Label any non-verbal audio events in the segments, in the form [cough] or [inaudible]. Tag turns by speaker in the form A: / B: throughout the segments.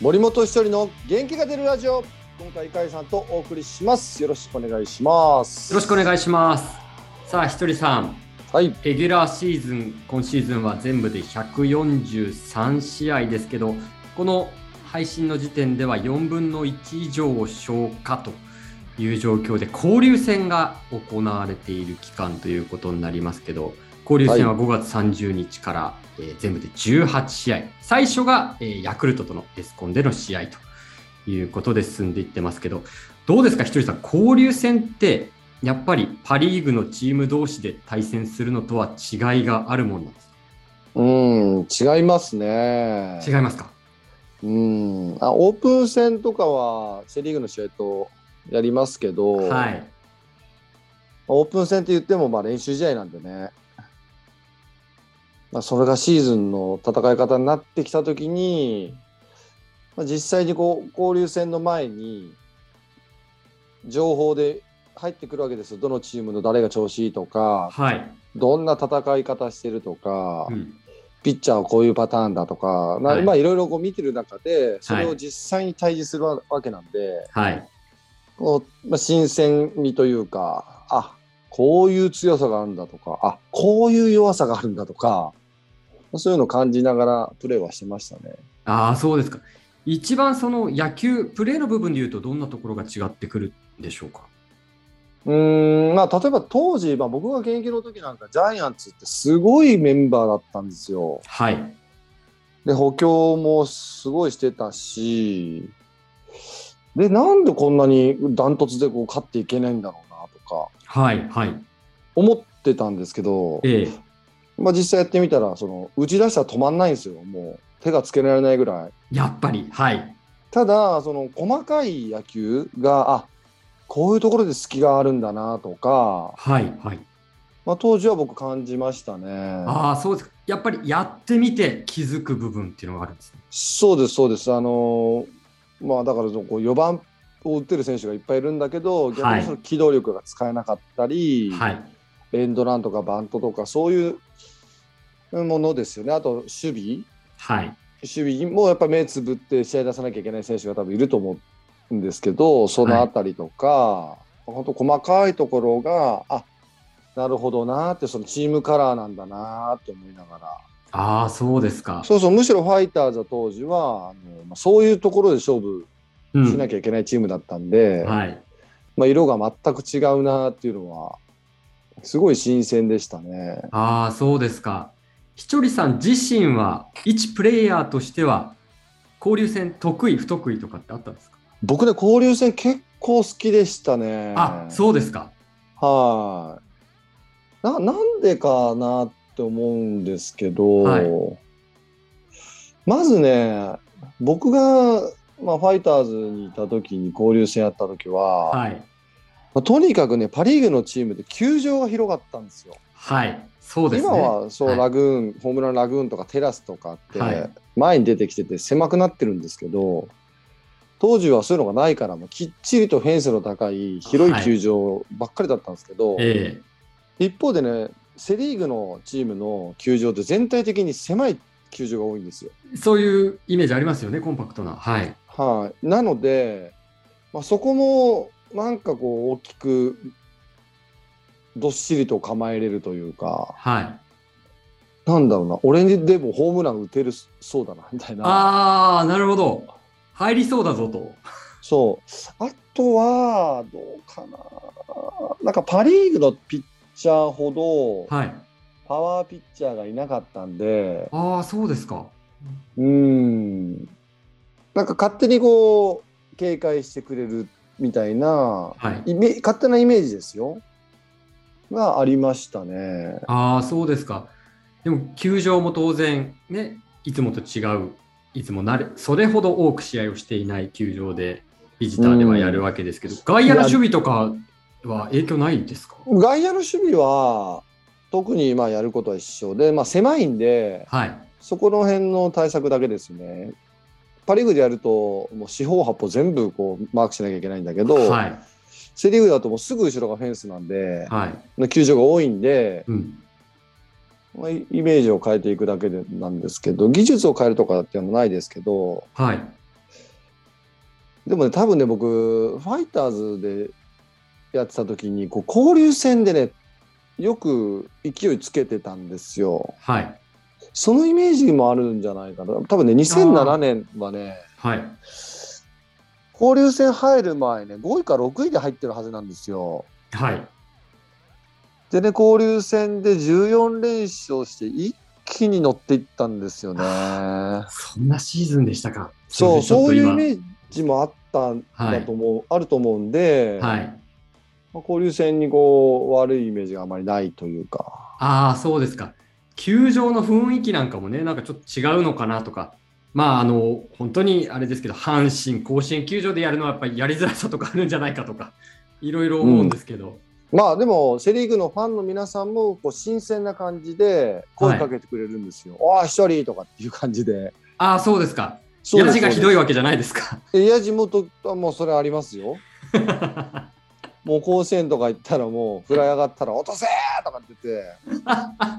A: 森本一人の元気が出るラジオ今回かいさんとお送りしますよろしくお願いします
B: よろしくお願いします。さあ、ひとりさん、
A: はい
B: レギュラーシーズン、今シーズンは全部で143試合ですけど、この配信の時点では4分の1以上を消化という状況で、交流戦が行われている期間ということになりますけど、交流戦は5月30日から、えー全部で18試合、最初が、えーヤクルトとのエスコンでの試合ということで進んでいってますけど、どうですか、ひとりさん、交流戦ってやっぱりパ・リーグのチーム同士で対戦するのとは違いがあるもんなんです
A: うん違いますね
B: か違いますか
A: うんあオープン戦とかはセ・リーグの試合とやりますけど、
B: はい。
A: オープン戦って言ってもまあ練習試合なんでね、まあ、それがシーズンの戦い方になってきた時に、まあ、実際にこう交流戦の前に情報で入ってくるわけですよどのチームの誰が調子いいとか
B: はい。
A: どんな戦い方してるとか、
B: うん
A: ピッチャーはこういうパターンだとか、な
B: はい
A: まあいろいろこう見てる中でそれを
B: はい
A: 実際に対峙するわわけなんで。
B: はい。
A: こうまあ、新鮮味というかあこういう強さがあるんだとかあこういう弱さがあるんだとかそういうのを感じながらプレーはしてましたね。
B: ああ、そうですか。一番その野球、プレーの部分で言うと、どんなところが違ってくるんでしょうか。
A: うーんまあ、例えば当時、まあ、僕が現役の時なんかジャイアンツってすごいメンバーだったんですよ。
B: はい。
A: で補強もすごいしてたしでなんでこんなにダントツでこう勝っていけないんだろうなとか
B: はい。はい。
A: 思ってたんですけど、
B: ええ
A: まあ、実際やってみたらその打ち出したら止まんないんですよもう手がつけられないぐらい
B: やっぱり。はい。
A: ただその細かい野球があこういうところで隙があるんだなとか、
B: はい。はい。
A: まあ、当時は僕感じましたね
B: ああ、そうですか。やっぱりやってみて気づく部分っていうのがあるんですね。
A: そうですそうですあのーまあだからそのこう4番を打ってる選手がいっぱいいるんだけど逆にその機動力が使えなかったり、
B: はい。
A: エンドランとかバントとかそういうものですよねあと守備
B: はい。
A: 守備もやっぱ目つぶって試合出さなきゃいけない選手が多分いると思うんですけどそのあたりとか、本当細かいところがあなるほどなーってそのチームカラーなんだなーって思いながら
B: ああ、そうですか。
A: そうそうむしろファイターズは当時はあのまあそういうところで勝負
B: う
A: しなきゃいけないチームだったんで、
B: はい。
A: まあ、色が全く違うなーっていうのはすごい新鮮でしたね。
B: ああ、そうですか。ひとりさん自身は、一プレイヤーとしては、交流戦得意、不得意とかってあったんですか、
A: 僕ね交流戦結構好きでしたね。
B: あそうですか。
A: はい。な、なんでかなって思うんですけど、
B: はい
A: まずね、僕が、まあ、ファイターズにいた時に交流戦やった時は、
B: はい。
A: まあとにかくね、パ・リーグのチームで球場が広がったんですよ。
B: はい。そうですね。
A: 今はそう、
B: はい
A: ラグーン、ホームランラグーンとかテラスとかって、
B: はい
A: 前に出てきてて狭くなってるんですけど、当時はそういうのがないから、もうきっちりとフェンスの高い広い球場ばっかりだったんですけど、
B: え
A: 一方でねセ・リーグのチームの球場って全体的に狭い球場が多いんですよ。
B: えそういうイメージありますよね、コンパクトな。はい。
A: はい、なので、まあ、そこもなんかこう大きくどっしりと構えれるというか
B: はい。
A: なんだろうな俺にでもホームラン打てるそうだなみたいな
B: ああ、なるほど。入りそうだぞと。
A: そうあとはどうかななんかパ・リーグのピッチャーほど
B: はい。
A: パワーピッチャーがいなかったんで。
B: ああ、そうですか。
A: うーんなんか勝手にこう警戒してくれるみたいな
B: はい。
A: イメ勝手なイメージですよがありましたね。
B: ああ、そうですか。でも、球場も当然、ね、いつもと違う、いつもなれ、それほど多く試合をしていない球場で、ビジターではやるわけですけど、外野の守備とかは影響ないんですか
A: 外野の守備は特にまあやることは一緒で、まあ、狭いんで
B: はい。
A: そこの辺の対策だけですね。パ・リーグでやるともう四方八方全部こうマークしなきゃいけないんだけど、
B: はい。
A: セ・リーグだともうすぐ後ろがフェンスなんで、
B: はい。
A: 球場が多いんで、
B: うん。
A: まあ、イイメージを変えていくだけでなんですけど技術を変えるとかっていうのはないですけど
B: はい。
A: でもね多分ね僕ファイターズでやってた時にこう交流戦でねよく勢いつけてたんですよ
B: はい。
A: そのイメージもあるんじゃないかな多分ね2007年はね
B: はい。
A: 交流戦入る前ね5位か6位で入ってるはずなんですよ
B: はい。
A: でね交流戦で14連勝して一気に乗っていったんですよね
B: そんなシーズンでしたか。
A: そう
B: すません
A: そういうイメ
B: ちょっ
A: ージもあったん
B: は
A: だ
B: い
A: と思う、あると思うんで、
B: と今はい。
A: まあ、交流戦にこう悪いイメージがあまりないというか
B: ああ、そうですか。球場の雰囲気なんかもね、なんかちょっと違うのかなとか、まあ、あの、本当にあれですけど、阪神、甲子園球場でやるのはやっぱりやりづらさとかあるんじゃないかとか、いろいろ思うんですけど、
A: まあでもセ・リーグのファンの皆さんもこう新鮮な感じで声かけてくれるんですよ。ああ一人とかっていう感じで。
B: ああ、そうですか。
A: そう
B: や
A: です
B: じがひどい
A: そう
B: わけじゃないですか。
A: ですえやじもとあもうそれあります
B: [laughs]
A: よ。もう甲子園とか行ったらもうフライ上がったら落とせーとかって言ってあ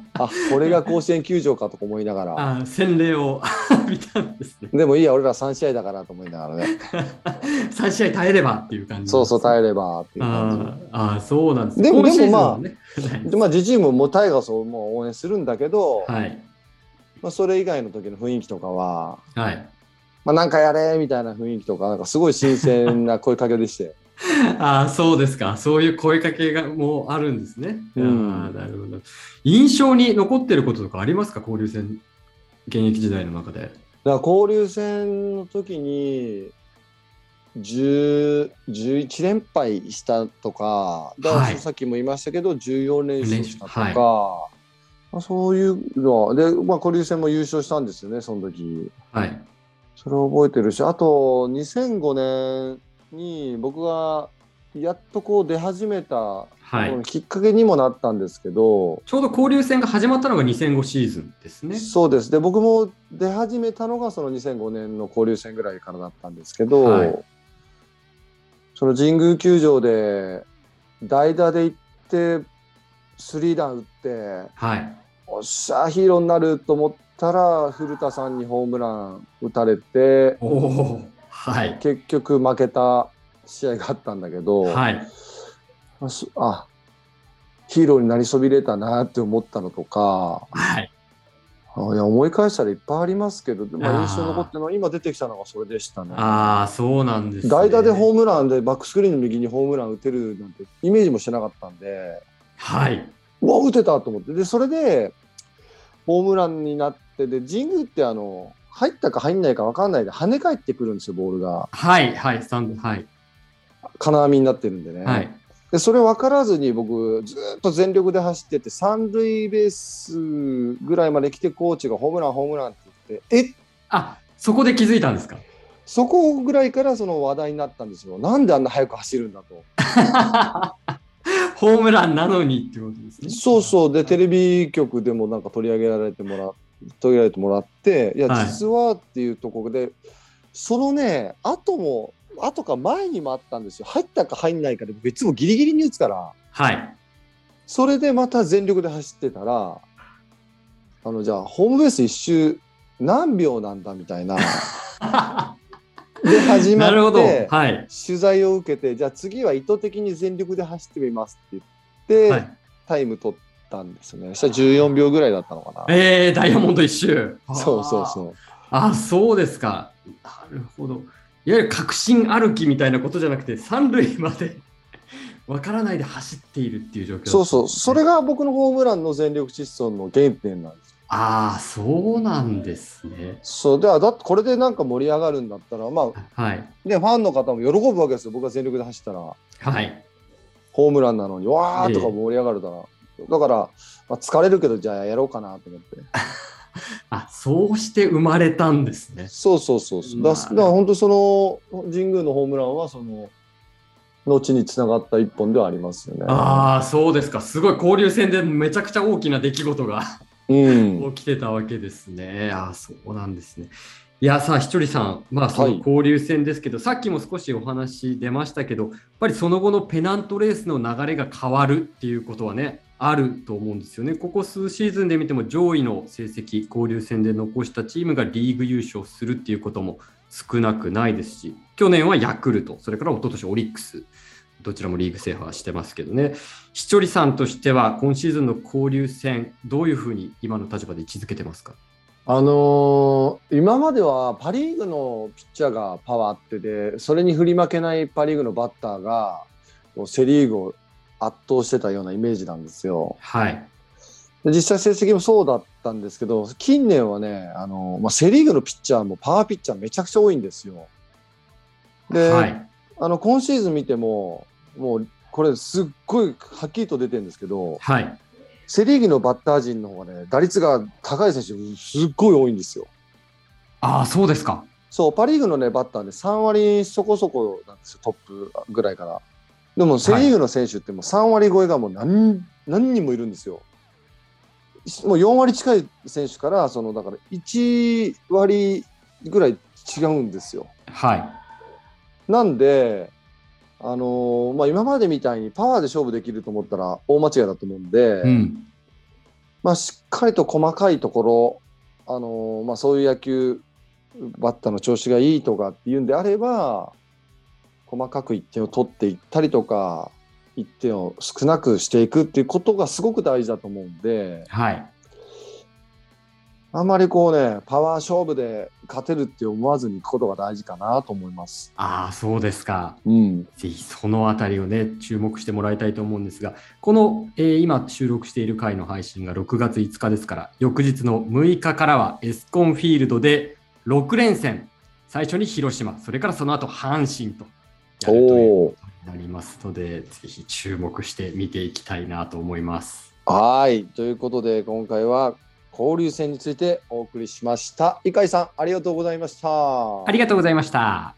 A: これが甲子園球場かとか思いながら
B: [laughs] あー洗礼を見たんですね。
A: でもいいや俺ら3試合だからと思いながらね
B: 3試合耐えればっていう感じ。
A: そうそう耐
B: え
A: えればっていう感
B: あーあー、そうなんです
A: で
B: ね
A: も
B: 今シーズ
A: でも
B: ン
A: まあ
B: はね [laughs]
A: じでまあ自チームもタイガースをもう応援するんだけど、
B: はい。
A: まあ、それ以外の時の雰囲気とかは、
B: はい。
A: まあ、なんかやれみたいな雰囲気とかなんかすごい新鮮な声かけでして [laughs]
B: ああ、そうですか。そういう声かけがもうあるんですね。
A: うん
B: ああ、なるほど。印象に残ってることとかありますか交流戦、現役時代の中で。
A: だから交流戦の時に10 11連敗したとかだから
B: はい
A: さっきも言いましたけど14連勝したとか、
B: 連勝
A: まあ、そういうのはで、まあ、交流戦も優勝したんですよねその時
B: はい。
A: それを覚えてるしあと2005年に僕がやっとこう出始めた
B: は
A: こ
B: い
A: の。きっかけにもなったんですけど、
B: ちょうど交流戦が始まったのが2005シーズンですね。
A: そうですで僕も出始めたのがその2005年の交流戦ぐらいからだったんですけど、
B: はい
A: その神宮球場で代打で行ってスリーラン打って
B: はい。
A: おっしゃヒーローになると思ったら古田さんにホームラン打たれて
B: おお。はい。
A: 結局負けた試合があったんだけど、
B: はい。
A: あすあヒーローになりそびれたなって思ったのとか。
B: はい。
A: あいや思い返したらいっぱいありますけど、でま
B: あ
A: あ、
B: ー
A: 印象に残ってるのは今出てきたのがそれでしたね。
B: ああ、そうなんです、ね。
A: 代打でホームランでバックスクリーンの右にホームラン打てるなんてイメージもしてなかったんで
B: はい。
A: うわ打てたと思ってでそれでホームランになってで神宮ってあの入ったか入んないか分かんないで跳ね返ってくるんですよボールが
B: はい。はい。スタンド。はい。
A: 金網になってるんでね、
B: はい。
A: でそれ分からずに僕ずっと全力で走ってて三塁ベースぐらいまで来てコーチがホームランホームランって言ってえっ
B: あ、そこで気づいたんですか。
A: そこぐらいからその話題になったんですよ。なんであんな速く走るんだと。
B: ホームランなのにってことですね。
A: そうそう。で、テレビ局でもなんか取り上げられてもら取り上げられてもらって、いや、
B: はい
A: 実はっていうところで、そのね、後も、後か前にもあったんですよ。入ったか入んないかで、僕いつもギリギリに打つから、
B: はい。
A: それでまた全力で走ってたら、あの、じゃあ、ホームベース一周何秒なんだみた
B: [laughs]
A: いな。で、始まっ
B: な
A: て。
B: るほど。はい。
A: 取材を受けてじゃあ次は意図的に全力で走ってみますって言って、
B: はい、
A: タイム取ったんですよねそしたら14秒ぐらいだったのかな
B: えー、ダイヤモンド一周。
A: [laughs] そうそう
B: う。
A: そう
B: あ、そうですか。なるほど。いわゆる確信歩きみたいなことじゃなくて、三塁まで [laughs] わからないで走っているっていう状況だったんですね、
A: そうそうそれが僕のホームランの全力疾走の原点なんですよ
B: ああ、そうなんですね。
A: そうであだってこれでなんか盛り上がるんだったらま
B: はい。
A: あねファンの方も喜ぶわけですよ僕が全力で走ったら
B: はい。
A: ホームランなのにわーとか盛り上がるだら、だから、まあ、疲れるけどじゃあやろうかなと思って
B: あ、そうして生まれたんですね。
A: そうそうそうそう。だ
B: まあ
A: だから本当その神宮のホームランはその後につながった一本ではありますよね。
B: ああ、そうですか。すごい交流戦でめちゃくちゃ大きな出来事が。 [laughs]
A: うん。
B: 起きてたわけですね。あーそうなんですね。いやさあ、ひとりさん、まあ、その
A: はい
B: 交流戦ですけど、さっきも少しお話出ましたけど、やっぱりその後のペナントレースの流れが変わるっていうことはね、あると思うんですよね。ここ数シーズンで見ても上位の成績、交流戦で残したチームがリーグ優勝するっていうことも少なくないですし、去年はヤクルト、それから一昨年オリックス、どちらもリーグ制覇してますけどね。ひちょりさんとしては、今シーズンの交流戦、どういうふうに今の立場で位置づけてますか
A: あのー今まではパ・リーグのピッチャーがパワーあってでそれに振り負けないパ・リーグのバッターがこうセ・リーグを圧倒してたようなイメージなんですよ。
B: はい。
A: で実際成績もそうだったんですけど近年はね、あのーまあ、セ・リーグのピッチャーもパワーピッチャーめちゃくちゃ多いんですよ。で、
B: はい。
A: あの今シーズン見てももうこれすっごいはっきりと出てるんですけど
B: はい。
A: セ・リーグのバッター陣の方がね打率が高い選手すっごい多いんですよ。
B: ああ、そうですか。
A: そう、パ・リーグの、ね、バッターね、3割そこそこなんですよ、トップぐらいから。でも、セ・リーグの選手ってもう3割超えがもう何何人もいるんですよ。もう4割近い選手から、そのだから1割ぐらい違うんですよ。
B: はい。
A: なんで、あのーまあ、今までみたいにパワーで勝負できると思ったら大間違いだと思うんで、
B: うん。
A: まあ、しっかりと細かいところ、あのーまあ、そういう野球バッターの調子がいいとかっていうんであれば細かく1点を取っていったりとか1点を少なくしていくっていうことがすごく大事だと思うんで
B: はい。
A: あんまりこうねパワー勝負で勝てるって思わずにいくことが大事かなと思います。
B: ああ、そうですか。
A: うん、
B: ぜひそのあたりをね、注目してもらいたいと思うんですが、この、えー今収録している回の配信が6月5日ですから、翌日の6日からはエスコンフィールドで6連戦、最初に広島、それからその後阪神とやるという
A: おー
B: ことになりますので、ぜひ注目して見ていきたいなと思います。
A: はいということで今回は交流戦についてお送りしました。井海さんありがとうございました。
B: ありがとうございました。